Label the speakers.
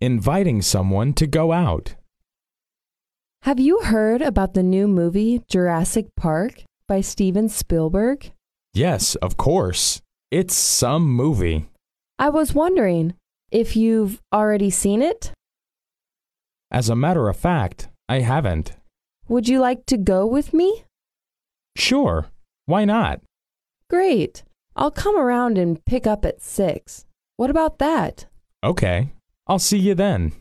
Speaker 1: Inviting someone to go out.
Speaker 2: Have you heard about the new movie Jurassic Park by Steven Spielberg?
Speaker 1: Yes, of course. It's some movie.
Speaker 2: I was wondering if you've already seen it.
Speaker 1: As a matter of fact, I haven't.
Speaker 2: Would you like to go with me?
Speaker 1: Sure, why not?
Speaker 2: Great. I'll come around and pick up at 6. What about that?
Speaker 1: Okay, I'll see you then.